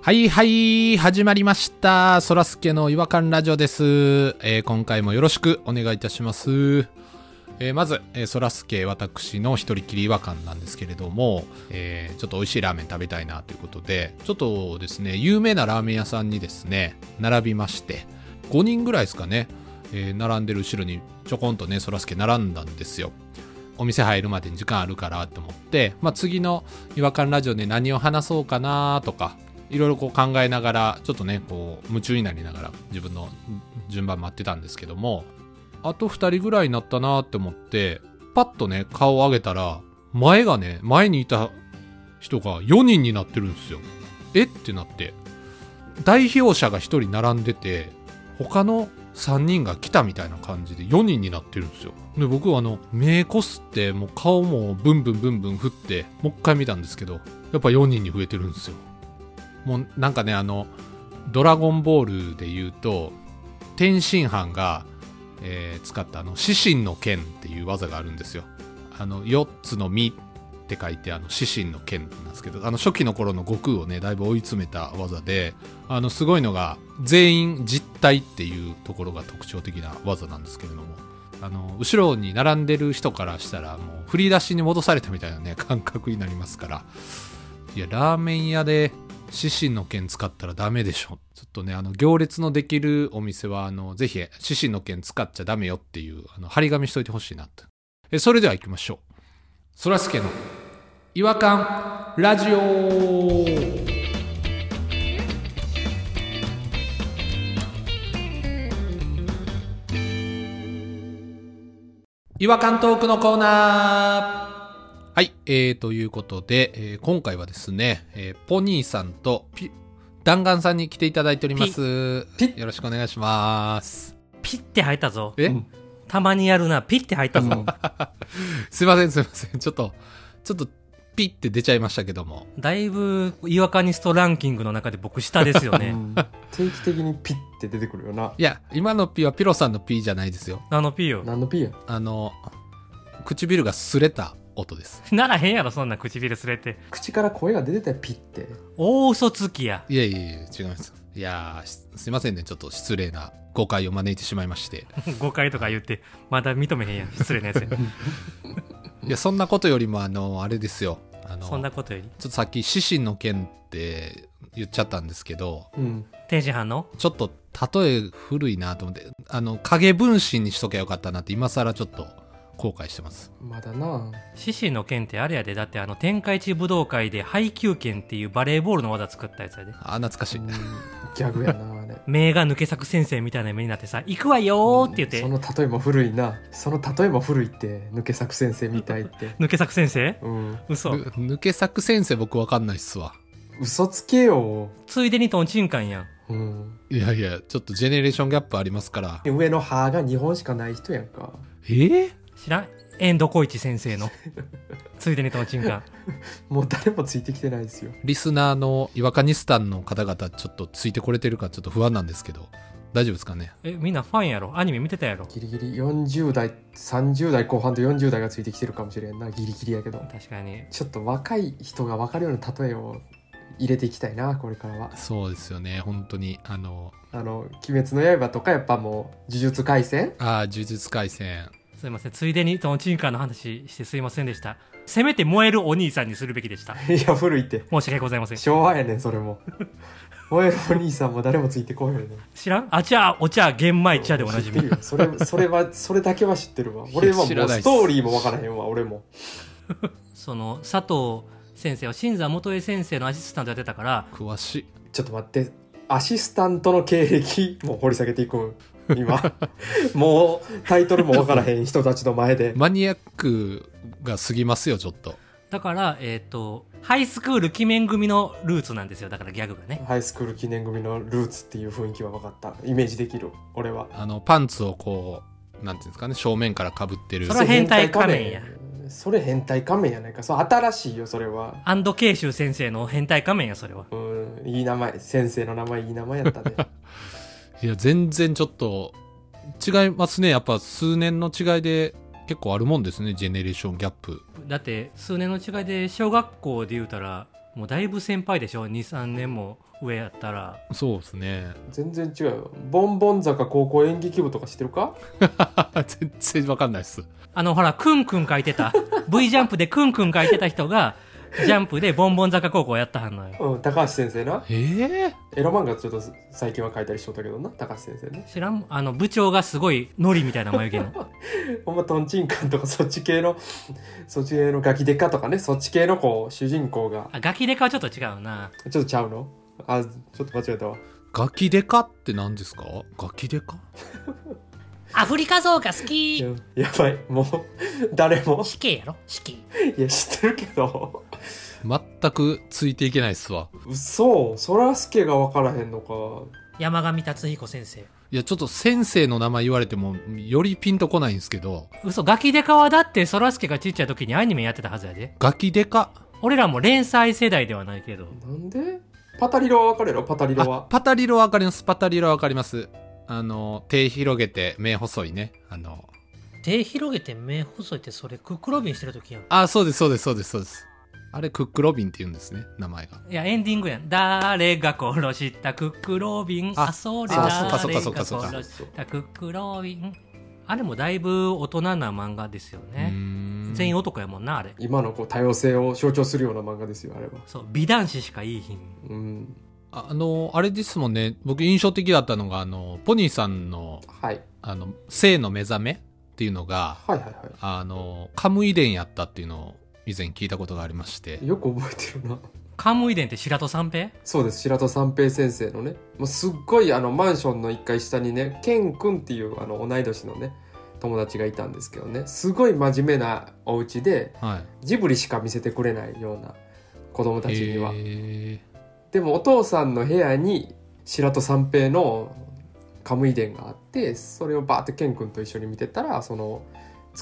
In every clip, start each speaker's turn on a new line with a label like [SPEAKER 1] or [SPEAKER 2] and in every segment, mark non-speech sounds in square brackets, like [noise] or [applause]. [SPEAKER 1] はいはい、始まりました。そらすけの違和感ラジオです。えー今回もよろしくお願いいたします。えーまず、えーそらすけ私の一人きり違和感なんですけれども、えーちょっと美味しいラーメン食べたいなということで、ちょっとですね、有名なラーメン屋さんにですね、並びまして、5人ぐらいですかね、えー並んでる後ろにちょこんとね、そらすけ並んだんですよ。お店入るまでに時間あるからと思って、まあ、次の違和感ラジオで何を話そうかなとか、いろいろこう考えながら、ちょっとね、こう夢中になりながら自分の順番待ってたんですけども、あと2人ぐらいになったなって思って、パッとね、顔を上げたら、前がね、前にいた人が4人になってるんですよ。えってなって、代表者が1人並んでて、他の3人が来たみたいな感じで4人になってるんですよ。で、僕はあの、目こすって、もう顔もブンブンブンブン振って、もう一回見たんですけど、やっぱ4人に増えてるんですよ。もうなんかね、あの、ドラゴンボールで言うと、天津飯が、えー使ったあの獅神の剣っていう技があるんですよ。あの4つの実って書いてあの獅神の剣なんですけどあの初期の頃の悟空をねだいぶ追い詰めた技であのすごいのが全員実体っていうところが特徴的な技なんですけれどもあの後ろに並んでる人からしたらもう振り出しに戻されたみたいなね感覚になりますからいやラーメン屋で獅子の剣使ったらダメでしょちょっとねあの行列のできるお店はあのぜひ獅子の剣使っちゃダメよっていうあの張り紙しといてほしいなとえそれでは行きましょうそらすけの違和感ラジオ違和感トークのコーナーはい、えー、ということで、えー今回はですね、えーポニーさんとピ弾丸さんに来ていただいております
[SPEAKER 2] ピピ
[SPEAKER 1] よろしくお願いします
[SPEAKER 2] ピッて入ったぞ。
[SPEAKER 1] え、
[SPEAKER 3] うん
[SPEAKER 2] たまにやるな。ピッて入ったぞ。
[SPEAKER 1] すいませんすいませんちょっとちょっとピって出ちゃいましたけども
[SPEAKER 2] だいぶ、違和感ニストランキングの中で僕下ですよね。
[SPEAKER 3] 定期的にピッて出てくるよな。
[SPEAKER 1] いや今のピはピロさんのピじゃないですよ
[SPEAKER 2] あの P よ。
[SPEAKER 3] 何のピや
[SPEAKER 1] あの唇が擦れた音です
[SPEAKER 2] ならへんやろ、そんな唇すれて。
[SPEAKER 3] 口から声が出てたよ、ピッて。
[SPEAKER 2] 大嘘つきや。
[SPEAKER 1] いやいやいや違いますいやーしすいませんねちょっと失礼な誤解を招いてしまいまして
[SPEAKER 2] 誤解とか言って、まだ認めへんやん。失礼なやつや。
[SPEAKER 1] いやそんなことよりもあのあれですよあの
[SPEAKER 2] そんな
[SPEAKER 1] ちょ
[SPEAKER 2] ことより。
[SPEAKER 1] っとさっき「獅子の剣」って言っちゃったんですけど
[SPEAKER 3] うん。
[SPEAKER 2] 天津飯の
[SPEAKER 1] ちょっと例え古いなと思ってあの影分身にしときゃよかったなって今更ちょっと後悔してます
[SPEAKER 3] まだな。
[SPEAKER 2] 獅子の剣ってあれやで。だってあの、天下一武道会で配球剣っていうバレーボールの技作ったやつやで。
[SPEAKER 1] あー懐かし
[SPEAKER 3] う
[SPEAKER 1] い
[SPEAKER 3] んギャグやな、
[SPEAKER 2] [laughs]
[SPEAKER 3] あれ。
[SPEAKER 2] 目が抜け作先生みたいな目になってさ、行くわよーって言って
[SPEAKER 3] そ。の例えも古いな。その例えも古いって、抜け作先生みたいって。
[SPEAKER 2] 抜け作先生
[SPEAKER 3] うん。
[SPEAKER 2] 嘘。
[SPEAKER 1] ぬ抜け作先生僕わかんないっすわ
[SPEAKER 3] 嘘つけよ。
[SPEAKER 2] ついでにトンチンカンやん。
[SPEAKER 3] うん。
[SPEAKER 1] いやいやちょっとジェネレーションギャップありますからえ
[SPEAKER 3] 上の歯が2本しかない人やんか。
[SPEAKER 1] ー
[SPEAKER 2] 知らん遠藤浩一先生のついでにトンチンカン
[SPEAKER 3] もう誰もついてきてないですよ。
[SPEAKER 1] リスナーの違和感ニスタンの方々ちょっとついてこれてるかちょっと不安なんですけど大丈夫ですかね
[SPEAKER 2] えみんなファンやろアニメ見てたやろ
[SPEAKER 3] ギリギリ40代、30代後半と40代がついてきてるかもしれんな。ギリギリやけど。
[SPEAKER 2] 確かに
[SPEAKER 3] ちょっと若い人が分かるような例えを入れていきたいな、これからは。
[SPEAKER 1] そうですよね本当にあの
[SPEAKER 3] あの「鬼滅の刃」とかやっぱもう「呪術廻戦 [laughs]
[SPEAKER 1] ああ呪術廻戦
[SPEAKER 2] すいませんついでにトンチンカンの話してすいませんでしたせめて燃えるお兄さんにするべきでした」
[SPEAKER 3] いや古いって
[SPEAKER 2] 申し訳ございません
[SPEAKER 3] 昭和やねんそれもおえるお兄さんも誰もついてこへんねん
[SPEAKER 2] 知らんあちゃお茶玄米茶でおなじ
[SPEAKER 3] 知って
[SPEAKER 2] み
[SPEAKER 3] るよそれそれはそれだけは知ってるわ俺はもう
[SPEAKER 1] 知らないっ
[SPEAKER 3] ス
[SPEAKER 1] す
[SPEAKER 3] トーリーも分からへんわ俺も
[SPEAKER 2] その佐藤先生は新座元栄先生のアシスタントやってたから
[SPEAKER 1] 詳しい
[SPEAKER 3] ちょっと待ってアシスタントの経歴もう掘り下げていくん今もうタイトルも分からへん人たちの前で
[SPEAKER 1] マニアックが過ぎますよちょっと
[SPEAKER 2] だからえっ、とハイスクール鬼面組のルーツなんですよだからギャグがね
[SPEAKER 3] ハイスクール記念組のルーツっていう雰囲気は分かったイメージできる俺は
[SPEAKER 1] あのパンツをこうなんていうんですかね正面からかぶってる
[SPEAKER 2] それは変態仮面や
[SPEAKER 3] それ変態仮面やないかそれ新しいよそれは
[SPEAKER 2] アンド慶州先生の変態仮面やそれは
[SPEAKER 3] うんいい名前先生の名前いい名前やっ
[SPEAKER 2] [laughs]
[SPEAKER 3] たね
[SPEAKER 1] いや全然ちょっと違いますねやっぱ数年の違いで結構あるもんですねジェネレーションギャップ
[SPEAKER 2] だって数年の違いで小学校で言うたらもうだいぶ先輩でしょ23年も上やったら
[SPEAKER 1] そうですね
[SPEAKER 3] 全然違うよボンボン坂高校演劇部とか知ってるか
[SPEAKER 1] [laughs] 全然わかんないっす
[SPEAKER 2] あのほらクンクン書いてた [laughs] V ジャンプでクンクン書いてた人がジャンプでボンボン坂高校やったはんのよ
[SPEAKER 3] うん高橋先生な
[SPEAKER 1] ええ
[SPEAKER 3] エロ漫画ちょっと最近は書いたりしとったけどな高橋先生ね
[SPEAKER 2] 知らんあの部長がすごいノリみたいな眉毛の
[SPEAKER 3] ほんまトンチンカンとかそっち系のそっち系のガキデカとかねそっち系のこう主人公が
[SPEAKER 2] あガキデカはちょっと違うな
[SPEAKER 3] ちょっとちゃうのあちょっと間違えたわ
[SPEAKER 1] ガキデカって何ですかガキデカ
[SPEAKER 4] アフリカゾウが好
[SPEAKER 3] い
[SPEAKER 4] き
[SPEAKER 3] ややばいもう誰も
[SPEAKER 4] 死刑やろ死刑
[SPEAKER 3] いや知ってるけど
[SPEAKER 1] 全くついていけないっすわ
[SPEAKER 3] 嘘そらすけが分からへんのか
[SPEAKER 4] 山上達彦先生
[SPEAKER 1] いやちょっと先生の名前言われてもよりピンとこないんですけど
[SPEAKER 2] 嘘ガキデカはだってそらすけがちっちゃい時にアニメやってたはずやで
[SPEAKER 1] ガキデカ
[SPEAKER 2] 俺らも連載世代ではないけど
[SPEAKER 3] なんでパタリロは分かるやろパタリロ
[SPEAKER 1] あ
[SPEAKER 3] は
[SPEAKER 1] パタリロわかりますパタリロわかりますあの手広げて目細いねあの
[SPEAKER 4] 手広げて目細いってそれクックロビンしてる時やん
[SPEAKER 1] あそうですそうですそうですそうですあれクックロビンって言うんですね名前が
[SPEAKER 2] いやエンディングやん誰が殺したクックロビン
[SPEAKER 1] あ
[SPEAKER 2] あそれ
[SPEAKER 1] あ
[SPEAKER 2] 誰
[SPEAKER 1] そうかそ
[SPEAKER 2] が
[SPEAKER 1] うか
[SPEAKER 2] 殺
[SPEAKER 1] そうかそうか
[SPEAKER 2] したクックロビンあれもだいぶ大人な漫画ですよ
[SPEAKER 1] うー
[SPEAKER 2] ね
[SPEAKER 1] ん
[SPEAKER 2] 全員男やもんなあれ
[SPEAKER 3] 今のこう多様性を象徴するような漫画ですよあれは
[SPEAKER 2] そう美男子しかいいひん
[SPEAKER 3] うん
[SPEAKER 1] ああのあれですもんね僕印象的だったのがあのポニーさんの
[SPEAKER 3] はい
[SPEAKER 1] あの性の目覚めっていうのが
[SPEAKER 3] はいはいは
[SPEAKER 1] あのカム遺伝やったっていうのを以前聞いたことがありまして
[SPEAKER 3] いよく覚えてるな
[SPEAKER 2] カムイデンって白戸三平
[SPEAKER 3] そうです白戸三平先生のねもうすっごいあのマンションの1階下にねケン君っていうあの同い年のね友達がいたんですけどねすごい真面目なお家で
[SPEAKER 1] はい
[SPEAKER 3] ジブリしか見せてくれないような子供たちには、
[SPEAKER 1] え
[SPEAKER 3] でもお父さんの部屋に白戸三平のカムイ伝があってそれをバーってケン君と一緒に見てたらその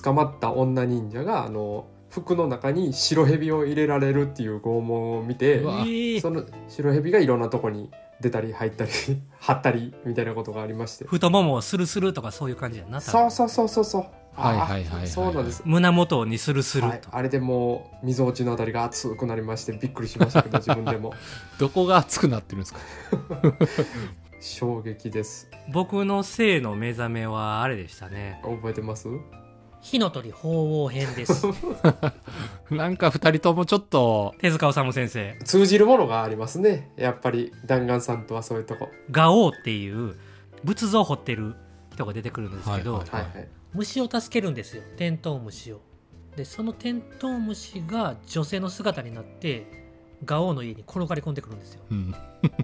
[SPEAKER 3] 捕まった女忍者があの服の中に白蛇を入れられるっていう拷問を見て
[SPEAKER 1] うわ
[SPEAKER 2] ええ
[SPEAKER 3] その白蛇がいろんなとこに出たり入ったり [laughs] 張ったりみたいなことがありまして
[SPEAKER 2] 太ももをスルスルとかそういう感じやんな多
[SPEAKER 3] そ
[SPEAKER 2] 分
[SPEAKER 3] うそうそうそうそう
[SPEAKER 1] はいはいはいはいはい
[SPEAKER 3] あそうなんです
[SPEAKER 2] 胸元にスルスル
[SPEAKER 3] はい
[SPEAKER 2] と、
[SPEAKER 3] あれでもう溝落ちのあたりが熱くなりましてびっくりしましたけど自分でも
[SPEAKER 1] ーどこが熱くなってるんですか
[SPEAKER 3] 衝撃です
[SPEAKER 2] 僕の性の目覚めはあれでし
[SPEAKER 1] [laughs]
[SPEAKER 2] たね
[SPEAKER 3] 覚えてます
[SPEAKER 4] 火の鳥鳳凰編です
[SPEAKER 1] なんか二人ともちょっと
[SPEAKER 2] [laughs] 手塚治虫先生
[SPEAKER 3] 通じるものがありますねやっぱり弾丸さんとはそういうとこ
[SPEAKER 2] ガオウっていう仏像を彫ってる人が出てくるんですけど、
[SPEAKER 1] はい
[SPEAKER 3] はいはい
[SPEAKER 4] 虫を助けるんですよテントウムシをでそのテントウムシが女性の姿になってガオウの家に転がり込んでくるんですよ
[SPEAKER 1] うん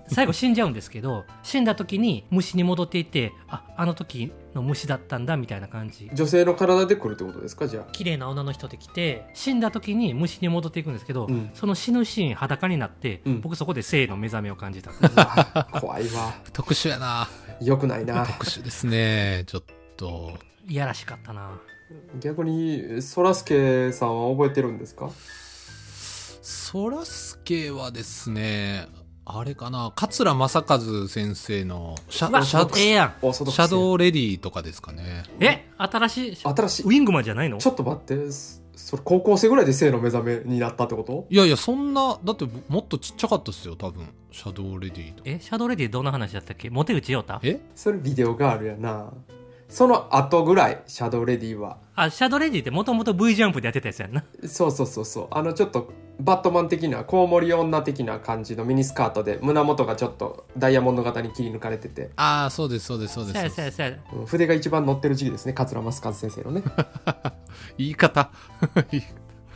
[SPEAKER 2] 最後死んじゃうんですけど死んだ時に虫に戻っていってああの時の虫だったんだみたいな感じ
[SPEAKER 3] 女性の体で来るってことですかじゃあ
[SPEAKER 4] 綺麗な女の人で来て
[SPEAKER 2] 死んだ時に虫に戻っていくんですけど、
[SPEAKER 3] うん
[SPEAKER 2] その死ぬシーン裸になって、
[SPEAKER 3] うん
[SPEAKER 2] 僕そこで性の目覚めを感じた
[SPEAKER 3] う [laughs] わ怖いわ
[SPEAKER 1] 特殊やな
[SPEAKER 3] 良くないな
[SPEAKER 1] 特殊ですねちょっと
[SPEAKER 2] いやらしかったな
[SPEAKER 3] 逆にそらすけさんは覚えてるんですか
[SPEAKER 1] そらすけはですねあれかな桂正和先生のシ
[SPEAKER 2] うわ
[SPEAKER 1] ャシャ
[SPEAKER 2] ええやん
[SPEAKER 3] お外
[SPEAKER 1] シャドウレディとかですかね
[SPEAKER 2] え新しい
[SPEAKER 3] 新しい
[SPEAKER 2] ウィングマンじゃないの
[SPEAKER 3] ちょっと待ってそそれ高校生ぐらいで性の目覚めになったってこと
[SPEAKER 1] いやいやそんなだってもっとちっちゃかったっすよ多分シャドウレディと
[SPEAKER 2] えシャドウレディどんな話だったっけモテ内陽太
[SPEAKER 1] え
[SPEAKER 3] それビデオガールやなその後ぐらいシャドウレディは
[SPEAKER 2] あシャドウレディってもともと V ジャンプでやってたやつやんな
[SPEAKER 3] そうそうそうそうあのちょっとバットマン的なコウモリ女的な感じのミニスカートで胸元がちょっとダイヤモンド型に切り抜かれてて、
[SPEAKER 1] ああそうですそうですそうです
[SPEAKER 2] そうや
[SPEAKER 1] そ
[SPEAKER 2] そ
[SPEAKER 1] う
[SPEAKER 2] うや
[SPEAKER 1] です
[SPEAKER 2] そうや
[SPEAKER 3] うん筆が一番乗ってる時期ですね桂正和先生のね
[SPEAKER 1] 言い方 [laughs]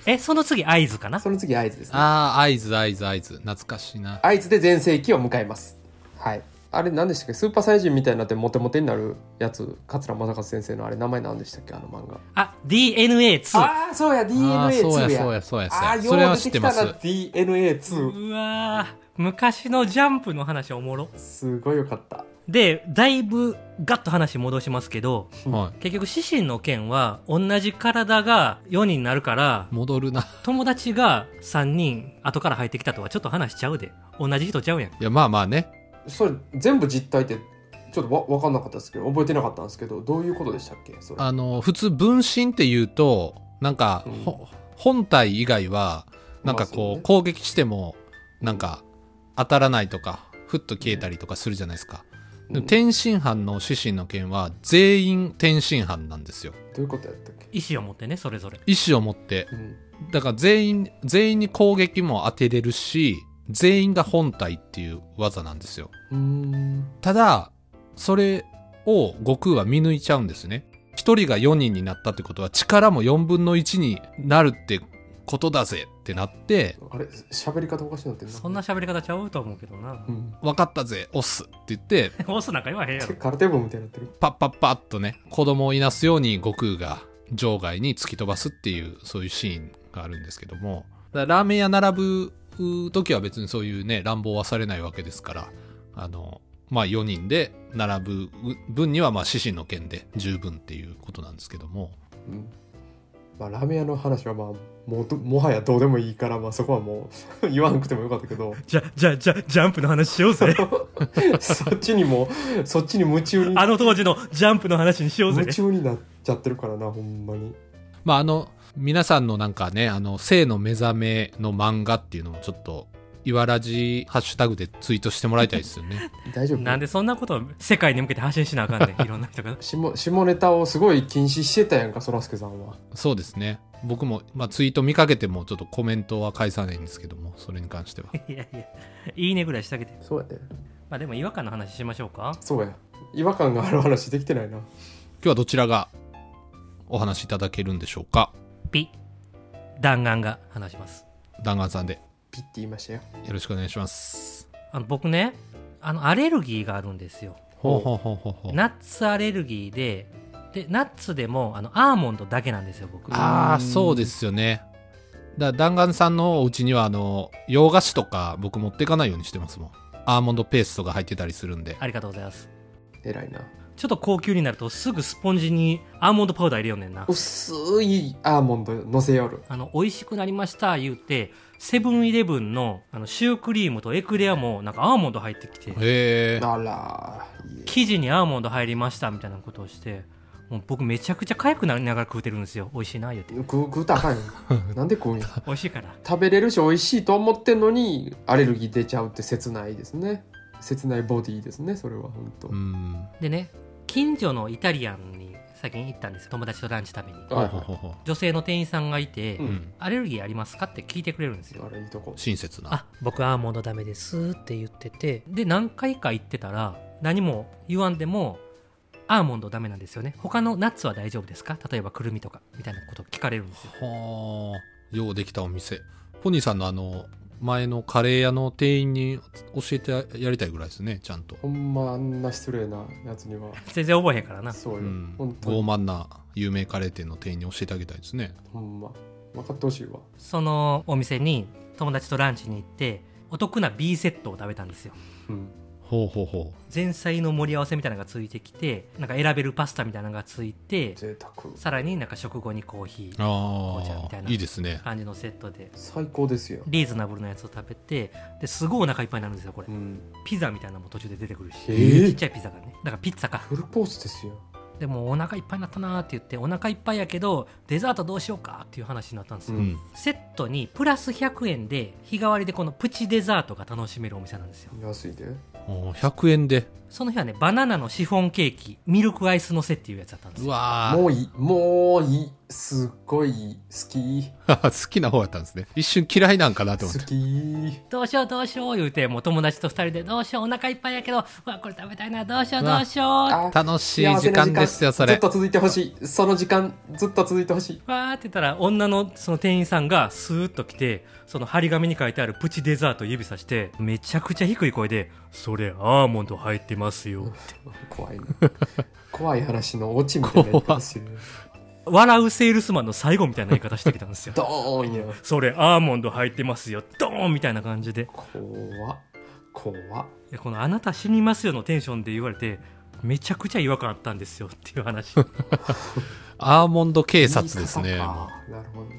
[SPEAKER 2] えその次合図かな
[SPEAKER 3] その次合図ですね
[SPEAKER 1] ああ合図合図合図懐かしいな
[SPEAKER 3] 合図で全盛期を迎えますはいあれ何でしたっけスーパーサイジンみたいになってモテモテになるやつ桂正和先生のあれ名前何でしたっけあの漫画
[SPEAKER 2] あ DNA2
[SPEAKER 3] ああそうや DNA2
[SPEAKER 1] ああーそうや
[SPEAKER 3] や
[SPEAKER 1] そうやそうや
[SPEAKER 3] あ
[SPEAKER 1] そ
[SPEAKER 3] あ
[SPEAKER 1] う
[SPEAKER 3] ー
[SPEAKER 1] やそれ
[SPEAKER 3] よ
[SPEAKER 1] は
[SPEAKER 3] う
[SPEAKER 1] 知
[SPEAKER 3] 出
[SPEAKER 1] って
[SPEAKER 3] てき
[SPEAKER 1] ま
[SPEAKER 3] た
[SPEAKER 1] す
[SPEAKER 3] な DNA2
[SPEAKER 2] うわー昔のジャンプの話おもろ
[SPEAKER 3] すごいよかった
[SPEAKER 2] でだいぶガッと話戻しますけど
[SPEAKER 1] は
[SPEAKER 2] 結局獅子の剣は同じ体が4人になるから
[SPEAKER 1] い戻るな
[SPEAKER 2] 友達が3人後から入ってきたとはちょっと話しちゃうで同じ人ちゃうやん
[SPEAKER 1] いやまあまあね
[SPEAKER 3] それ全部実体ってちょっとわ分かんなかったですけど覚えてなかったんですけどどういうことでしたっけそれ
[SPEAKER 1] あの普通分身って言うとなんか、
[SPEAKER 3] うん
[SPEAKER 1] ほ本体以外はなんか
[SPEAKER 3] まあそう
[SPEAKER 1] こう
[SPEAKER 3] ね
[SPEAKER 1] 攻撃してもなんか当たらないとかふっと消えたりとかするじゃないですか、でも天津飯の獅子の剣は全員天津飯なんですよ
[SPEAKER 3] どういうことやったっけ、
[SPEAKER 2] 意思を持ってねそれぞれ
[SPEAKER 1] 意思を持って
[SPEAKER 3] うん
[SPEAKER 1] だから全員全員に攻撃も当てれるし全員が本体っていう技なんですよ
[SPEAKER 3] うーん
[SPEAKER 1] ただそれを悟空は見抜いちゃうんですね一人が4人になったってことは力も4分の1になるってことだぜってなって
[SPEAKER 3] あれ喋り方おかしくなってるな
[SPEAKER 2] そんな喋り方ちゃうと思うけど
[SPEAKER 3] [laughs]
[SPEAKER 2] な
[SPEAKER 3] うん
[SPEAKER 1] 分かったぜ押すって言って
[SPEAKER 2] オスなんか言わへんやろ
[SPEAKER 3] カルテボみたいになってる
[SPEAKER 1] パッパッパッとね子供をいなすように悟空が場外に突き飛ばすっていうそういうシーンがあるんですけどもだからラーメン屋並ぶう時は別にそういうね乱暴はされないわけですからあのまあ4人で並ぶ分にはまあ獅子の剣で十分っていうことなんですけども
[SPEAKER 3] うんまあラーメン屋の話はまあもうどもはやどうでもいいから、まあ、そこはもう [laughs] 言わなくてもよかったけ
[SPEAKER 2] [laughs]
[SPEAKER 3] ど
[SPEAKER 2] じゃじゃじゃジャンプの話しようぜ
[SPEAKER 3] そっちにもそっちに夢中に
[SPEAKER 2] あの当時のジャンプの話にしようぜ
[SPEAKER 3] 夢中になっちゃってるからなほんまに
[SPEAKER 1] まああの皆さんのなんかねあの性の目覚めの漫画っていうのもちょっといわらじハッシュタグでツイートしてもらいたいですよ [laughs] ね
[SPEAKER 3] 大丈夫
[SPEAKER 2] なんでそんなことを世界に向けて発信しなあかんねんいろんな人が
[SPEAKER 3] 下下ネタをすごい禁止してたやんかそらすけさんは
[SPEAKER 1] そうですね僕も、まあ、ツイート見かけてもちょっとコメントは返さないんですけどもそれに関しては
[SPEAKER 2] いやいやいいねぐらいしてあげて
[SPEAKER 3] そうやで
[SPEAKER 2] まあでも違和感の話しましょうか
[SPEAKER 3] そうや違和感がある話できてないな
[SPEAKER 1] 今日はどちらがお話しいただけるんでしょうか
[SPEAKER 2] ピ弾丸が話します
[SPEAKER 1] 弾丸さんでよ
[SPEAKER 3] ピッて言いましたよ
[SPEAKER 1] ろしくお願いします
[SPEAKER 2] あの僕ねあのアレルギーがあるんですよ
[SPEAKER 1] ほうほうほうほうほう
[SPEAKER 2] ナッツアレルギーででナッツでもあのアーモンドだけなんですよ僕
[SPEAKER 1] ああそうですよねだ弾丸さんのお家にはあの洋菓子とか僕持っていかないようにしてますもんアーモンドペーストが入ってたりするんで
[SPEAKER 2] ありがとうございます
[SPEAKER 3] 偉いな
[SPEAKER 2] ちょっと高級になるとすぐスポンジにアーモンドパウダー入れようねんな
[SPEAKER 3] 薄いアーモンドのせよる
[SPEAKER 2] あの美味しくなりました言うてセブンイレブンのあのシュークリームとエクレアもなんかアーモンド入ってきて
[SPEAKER 1] へえ
[SPEAKER 3] あらいい
[SPEAKER 2] 生地にアーモンド入りましたみたいなことをしてもう僕めちゃくちゃ痒くなりながら食うてるんですよ美味しいな言うて
[SPEAKER 3] 食う食うたらあ
[SPEAKER 1] [laughs]
[SPEAKER 3] かんよなんで食うんや
[SPEAKER 2] 美味しいから
[SPEAKER 3] 食べれるし美味しいと思ってんのにアレルギー出ちゃうって切ないですね切ないボディですねそれは本当、
[SPEAKER 1] うん
[SPEAKER 2] でね近所のイタリアンに最近行ったんですよ友達とランチ食べに
[SPEAKER 1] ほ
[SPEAKER 3] は
[SPEAKER 1] う
[SPEAKER 3] い
[SPEAKER 1] ほう
[SPEAKER 3] は
[SPEAKER 1] ほうほ
[SPEAKER 2] 女性の店員さんがいて、
[SPEAKER 1] う、
[SPEAKER 3] う
[SPEAKER 1] うんん、
[SPEAKER 2] アレルギーありますかって聞いてくれるんです
[SPEAKER 3] い
[SPEAKER 2] よ
[SPEAKER 3] あれいいとこ
[SPEAKER 1] 親切な
[SPEAKER 4] あ僕アーモンドダメですって言ってて
[SPEAKER 2] で何回か行ってたら何も言わんでもアーモンドダメなんですよね他のナッツは大丈夫ですか例えばくるみとかみたいなことを聞かれるんですよ
[SPEAKER 1] はあようできたお店ポニーさんのあの前のカレー屋の店員に教えてやりたいぐらいですねちゃんと、
[SPEAKER 3] ほんまあんな失礼なやつには
[SPEAKER 2] 全然覚えへんからな
[SPEAKER 3] そう
[SPEAKER 1] う
[SPEAKER 3] よ、
[SPEAKER 1] ん、
[SPEAKER 3] 本当
[SPEAKER 1] 傲慢な有名カレー店の店員に教えてあげたいですね
[SPEAKER 3] ほんま分かってほしいわ
[SPEAKER 2] そのお店に友達とランチに行ってお得な B セットを食べたんですよ
[SPEAKER 3] うん
[SPEAKER 1] ほうほうほ
[SPEAKER 2] 前菜の盛り合わせみたいなのがついてきてなんか選べるパスタみたいなのがついて
[SPEAKER 3] 贅沢
[SPEAKER 2] さらになんか食後にコーヒ
[SPEAKER 1] う
[SPEAKER 2] ー
[SPEAKER 1] あ
[SPEAKER 2] 紅茶みたい
[SPEAKER 1] あ
[SPEAKER 2] ない
[SPEAKER 1] いですね
[SPEAKER 2] 感じのセットで
[SPEAKER 3] 最高ですよ、
[SPEAKER 2] リーズナブルなやつを食べてですごいお腹いっぱいになるんですよこれ
[SPEAKER 3] うん、
[SPEAKER 2] ピザみたいなのも途中で出てくるしちっ
[SPEAKER 3] えー、
[SPEAKER 2] ちゃいピザがねだからピッツァか
[SPEAKER 3] フルコースですよ
[SPEAKER 2] でもうお腹いっぱいになったなーって言ってお腹いっぱいやけどデザートどうしようかっていう話になったんです
[SPEAKER 1] う
[SPEAKER 2] よ、
[SPEAKER 1] ん
[SPEAKER 2] セットにプラス100円で日替わりでこのプチデザートが楽しめるお店なんですよ
[SPEAKER 3] 安いで
[SPEAKER 1] おー100円で
[SPEAKER 2] その日はねバナナのシフォンケーキミルクアイスのせっていうやつだったんです
[SPEAKER 1] う
[SPEAKER 2] よ
[SPEAKER 1] わ
[SPEAKER 3] もういいもういいすっごいいい好き
[SPEAKER 1] ー [laughs] 好きな方やったんですね一瞬嫌いなんかなと思っ
[SPEAKER 3] 好
[SPEAKER 1] て
[SPEAKER 3] き
[SPEAKER 2] どうしようどうしよう言うてもう友達と2人でどうしようお腹いっぱいやけどうわこれ食べたいなどうしよう
[SPEAKER 1] うわ
[SPEAKER 2] どうしようわ
[SPEAKER 3] あ
[SPEAKER 1] 楽しい時間ですよそ
[SPEAKER 3] ず
[SPEAKER 1] れ
[SPEAKER 3] っと続いてほしいその時間ずっと続いてほしい
[SPEAKER 2] ーって言ったら女のその店員さんがスーッと来てその張り紙に書いてあるプチデザートを指さしてめちゃくちゃ低い声で「それアーモンド入ってますよ
[SPEAKER 3] 怖
[SPEAKER 1] [laughs]
[SPEAKER 3] いな怖い話のオチみたいなやつですよ」
[SPEAKER 2] 笑うセールスマンの最後みたいな言い方してきたんですよ
[SPEAKER 3] ドーンや
[SPEAKER 2] それアーモンド入ってますよドーンみたいな感じで
[SPEAKER 3] 怖っ怖っ
[SPEAKER 2] いやこの「あなた死にますよ」のテンションで言われてめちゃくちゃ違和感あったんですよっていう話
[SPEAKER 1] アーモンド警察です
[SPEAKER 3] 言
[SPEAKER 1] ね
[SPEAKER 3] い方
[SPEAKER 1] もう
[SPEAKER 3] かなるほどな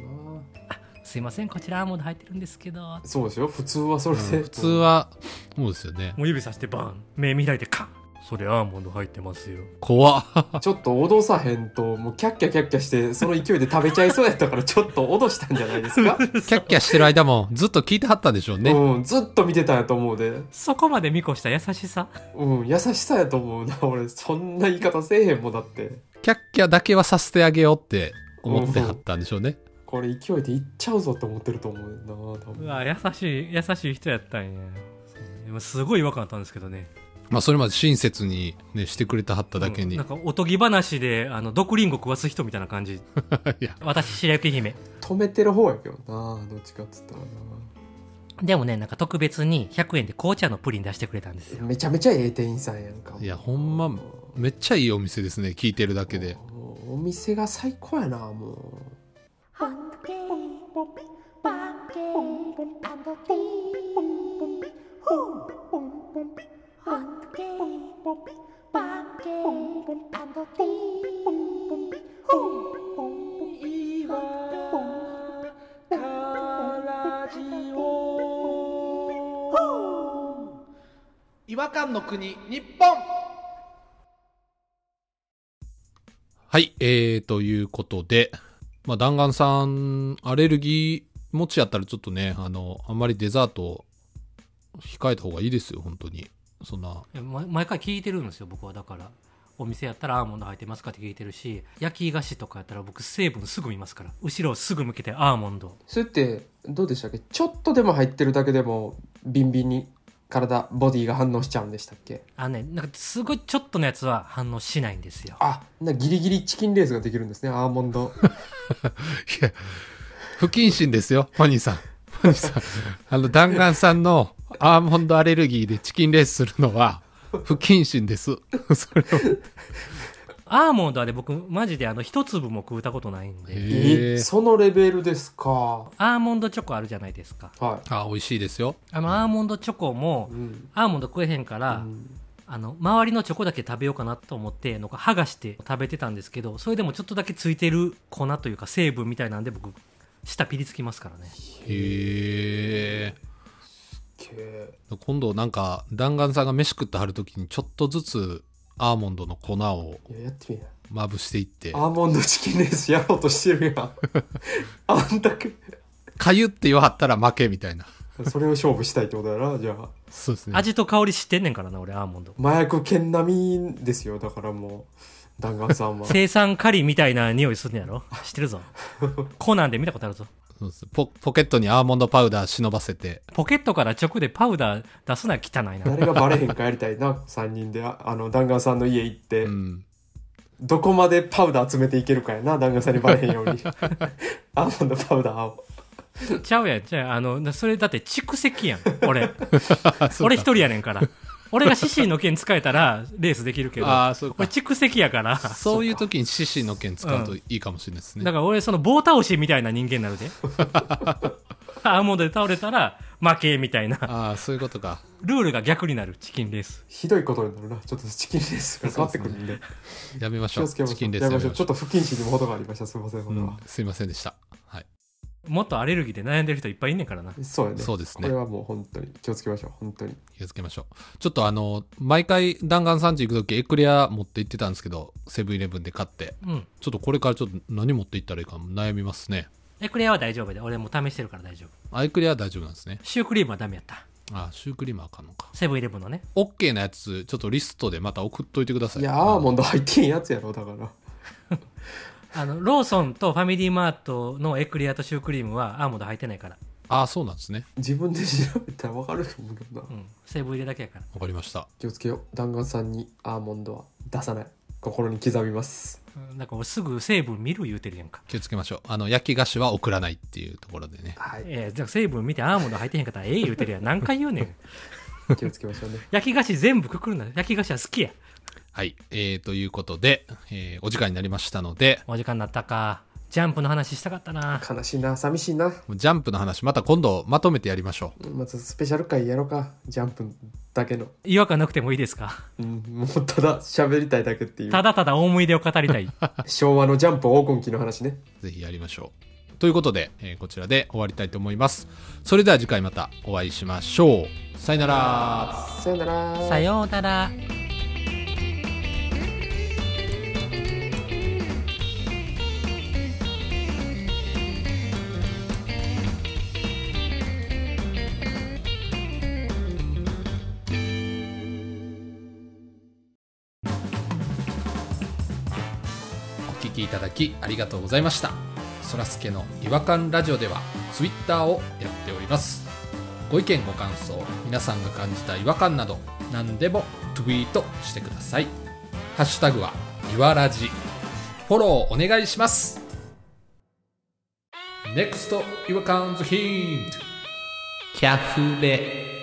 [SPEAKER 2] すいませんこちらアーモンド入ってるんですけど
[SPEAKER 3] そうでしょ普通はそれで、
[SPEAKER 1] うん普通はそうですよね
[SPEAKER 2] もう指さしてバーン目見られてカンそれアーモンド入ってますよ。
[SPEAKER 1] 怖っ
[SPEAKER 3] ちょっと脅さへんともうキャッキャキャッキャしてその勢いで食べちゃいそうやったからちょっと脅したんじゃな
[SPEAKER 1] [laughs]
[SPEAKER 3] いです
[SPEAKER 2] [laughs]
[SPEAKER 3] か、
[SPEAKER 1] キャッキャしてる間もずっと聞いてはったんでしょうね、
[SPEAKER 3] うんずっと見てたんやと思うで
[SPEAKER 2] そこまで見越した優しさ。
[SPEAKER 3] うん優しさやと思うな [laughs] 俺そんな言い方せえへんもんだって
[SPEAKER 1] キャッキャだけはさせてあげようって思ってはったんでしょうね、
[SPEAKER 3] これ勢いでいっちゃうぞって思ってると思うな多
[SPEAKER 2] う
[SPEAKER 3] 分
[SPEAKER 2] わ、優しい、優しい人やったんや。そうねすごい違和感あったんですけどね。
[SPEAKER 1] まあそれまで親切にねしてくれてはっただけに、 [laughs]
[SPEAKER 2] うんなんかおとぎ話で、あの、毒リンゴ食わす人みたいな感じ。
[SPEAKER 1] いや
[SPEAKER 2] 私、白雪姫。
[SPEAKER 3] 止めてる方やけどなどっちかっつったら
[SPEAKER 2] でもね、なんか特別に100円で紅茶のプリン出してくれたんです
[SPEAKER 3] な
[SPEAKER 2] よ。
[SPEAKER 3] めちゃめちゃええ店員さんやんか
[SPEAKER 1] いやほんま
[SPEAKER 3] も
[SPEAKER 1] めっちゃいいお店ですね聞いてるだけで
[SPEAKER 3] うもうお店が最高やなもう
[SPEAKER 5] Hunky,
[SPEAKER 6] 違和感の国日本
[SPEAKER 1] はいえー、ということで、まあ、弾丸さんアレルギー持ちやったらちょっとねあのあんまりデザートを控えた方がいいですよ本当にそんな
[SPEAKER 2] ま毎回聞いてるんですよ、僕はだから。お店やったらアーモンド入ってますかって聞いてるし、焼き菓子とかやったら僕成分すぐ見ますから。後ろをすぐ向けてアーモンド。
[SPEAKER 3] それってどうでしたっけちょっとでも入ってるだけでもビンビンに体ボディが反応しちゃうんでしたっけ
[SPEAKER 2] あのね、なんかすごいちょっとのやつは反応しないんですよ。
[SPEAKER 3] あなギリギリチキンレースができるんですねアーモンド
[SPEAKER 1] いや、不謹慎ですよ、ファニーさん。ファニーさん。あの、弾丸さんのアーモンドアレルギーでチキンレースするのは、不謹慎です。それは。
[SPEAKER 2] アーモンドはね、僕、マジであの、一粒も食うたことないんで。
[SPEAKER 1] へ
[SPEAKER 3] え
[SPEAKER 1] ー
[SPEAKER 3] そのレベルですか
[SPEAKER 2] アーモンドチョコあるじゃないですか。
[SPEAKER 3] は
[SPEAKER 1] あ、美味しいですよ。
[SPEAKER 2] あの、アーモンドチョコも
[SPEAKER 3] い、う、ん
[SPEAKER 2] アーモンド食えへんから、
[SPEAKER 3] うん
[SPEAKER 2] あの、周りのチョコだけ食べようかなと思って、なんか剥がして食べてたんですけど、それでもちょっとだけついてる粉というか成分みたいなんで、僕、舌ピリつきますからね。
[SPEAKER 1] へえ。
[SPEAKER 3] け
[SPEAKER 1] 今度なんか、弾丸さんが飯食ってはるときに、ちょっとずつアーモンドの粉を
[SPEAKER 3] いややってみな
[SPEAKER 1] まぶしていって、
[SPEAKER 3] アーモンドチキンレースやろうとして
[SPEAKER 1] [laughs]
[SPEAKER 3] るやんあんだけ
[SPEAKER 1] かゆって言わはったら負けみたいな。
[SPEAKER 3] それを勝負したいってことやなじゃあ
[SPEAKER 1] そうですね。
[SPEAKER 2] 味と香り知ってんねんからな、俺、アーモンド。
[SPEAKER 3] 麻薬剣並みですよだからもう弾丸さんは
[SPEAKER 2] 生産カリみたいな匂いすんねやろ知ってる
[SPEAKER 3] [laughs]
[SPEAKER 2] ぞ。コナンで見たことあるぞ。
[SPEAKER 1] そうですポポケットにアーモンドパウダー忍ばせて、
[SPEAKER 2] ポケットからチョコでパウダー出すなら汚いな。
[SPEAKER 3] 誰がバレへんかやりたいな3人でああの弾丸さんの家行って、
[SPEAKER 1] うん。
[SPEAKER 3] どこまでパウダー集めていけるかやな弾丸さんにバレへんように
[SPEAKER 1] [laughs]
[SPEAKER 3] アーモンドパウダーを
[SPEAKER 2] ちゃうやん、ちゃうやんあの、なそれだって蓄積
[SPEAKER 3] [laughs]
[SPEAKER 2] やん、俺。俺一人やねんから。俺が獅子の剣使えたら、レースできるけど、
[SPEAKER 1] ああ、そう
[SPEAKER 2] これ蓄積やから、だか
[SPEAKER 1] そういう時に獅子の剣使うといいかもしれないですね。
[SPEAKER 2] ら俺、その棒倒しみたいな人間にな
[SPEAKER 1] [laughs]
[SPEAKER 2] るで。アーモンドで倒れたら、負けみたいな。
[SPEAKER 1] ああ、そういうことか。
[SPEAKER 2] ルールが逆になる、チキンレース。
[SPEAKER 3] ひどいことになるなちょっとチキンレースが変わってくるんで
[SPEAKER 1] やめまし
[SPEAKER 3] 気
[SPEAKER 1] ょ
[SPEAKER 3] を
[SPEAKER 1] う。
[SPEAKER 3] つけまし
[SPEAKER 1] チ
[SPEAKER 3] ょ
[SPEAKER 1] キン
[SPEAKER 3] う
[SPEAKER 1] レー
[SPEAKER 3] や
[SPEAKER 1] ス
[SPEAKER 3] め
[SPEAKER 1] や
[SPEAKER 3] まし
[SPEAKER 1] め
[SPEAKER 3] ょう
[SPEAKER 1] ま
[SPEAKER 3] ち
[SPEAKER 1] し
[SPEAKER 3] ょ
[SPEAKER 1] ょ
[SPEAKER 3] っと不謹慎にも程がありましたすいませんこ
[SPEAKER 1] う。
[SPEAKER 3] れ
[SPEAKER 1] う
[SPEAKER 3] は
[SPEAKER 1] ん、、すいませんでした。はい。
[SPEAKER 2] もっとアレルギーで悩んでる人いっぱいいんねんからな。
[SPEAKER 3] そうやね
[SPEAKER 1] そうです
[SPEAKER 3] これ
[SPEAKER 1] ね。
[SPEAKER 3] はもう本当に気をつけましょう本当に
[SPEAKER 1] 気をつけましょう。ちょっとあの、毎回弾丸産地行く時エクレア持って行ってたんですけど、セブンイレブンで買って。
[SPEAKER 2] うん。
[SPEAKER 1] ちょっとこれからちょっと何持って行ったらいいか悩みますね。
[SPEAKER 2] エクレアは大丈夫で、俺もう試してるから大丈夫。
[SPEAKER 1] あ、エクレア大丈夫なんですね。
[SPEAKER 2] シュークリームはダメやった。
[SPEAKER 1] あ、シュークリームあかんのか。
[SPEAKER 2] セブンイレブンのね。
[SPEAKER 1] オッケーなやつ、ちょっとリストでまた送っといてください。
[SPEAKER 3] いやアーモンド入ってんやつやろだから
[SPEAKER 2] あの、ローソンとファミリーマートのエクレアとシュークリームはアーモンド入ってないから。
[SPEAKER 1] ああ、そうなんですね。
[SPEAKER 3] 自分で調べたら分かると思うけどな
[SPEAKER 2] うん。セブン入れだけやから。
[SPEAKER 1] わかりました。
[SPEAKER 3] 気をつけよう弾丸さんにアーモンドは出さない心に刻みます
[SPEAKER 2] うんなんか俺すぐ成分見る言うてるやんか。
[SPEAKER 1] 気をつけましょう。あの、焼き菓子は送らないっていうところでね。
[SPEAKER 3] はい
[SPEAKER 2] えー、じゃあ成分見てアーモンド入ってへんかったらええ言うてるやん。何回言うねん。
[SPEAKER 3] 気をつけましょうね
[SPEAKER 2] 焼き菓子全部くくるな。焼き菓子は好きや。
[SPEAKER 1] はい。えー、ということで、えーお時間になりましたので、
[SPEAKER 2] お時間になったか。ジャンプの話したかったな。
[SPEAKER 3] 悲しいな寂しいな
[SPEAKER 1] ジャンプの話、また今度まとめてやりましょう。
[SPEAKER 3] まずスペシャル回やろうかジャンプだけの、
[SPEAKER 2] 違和感なくてもいいですか
[SPEAKER 3] うん、もうただ喋りたいだけっていう
[SPEAKER 2] ただただ思い出を語りたい。
[SPEAKER 3] 昭和のジャンプ黄金期の話ね
[SPEAKER 1] ぜひやりましょう。ということで、えーこちらで終わりたいと思います。それでは次回またお会いしましょう。さよなら。
[SPEAKER 3] [laughs] さよなら
[SPEAKER 2] さようなら。
[SPEAKER 1] 聞きいただきありがとうございましたそらすけの違和感ラジオではツイッターをやっておりますご意見ご感想皆さんが感じた違和感など何でもツイートしてくださいハッシュタグはいわらじフォローお願いします NEXT 違和感ズヒントキャフレ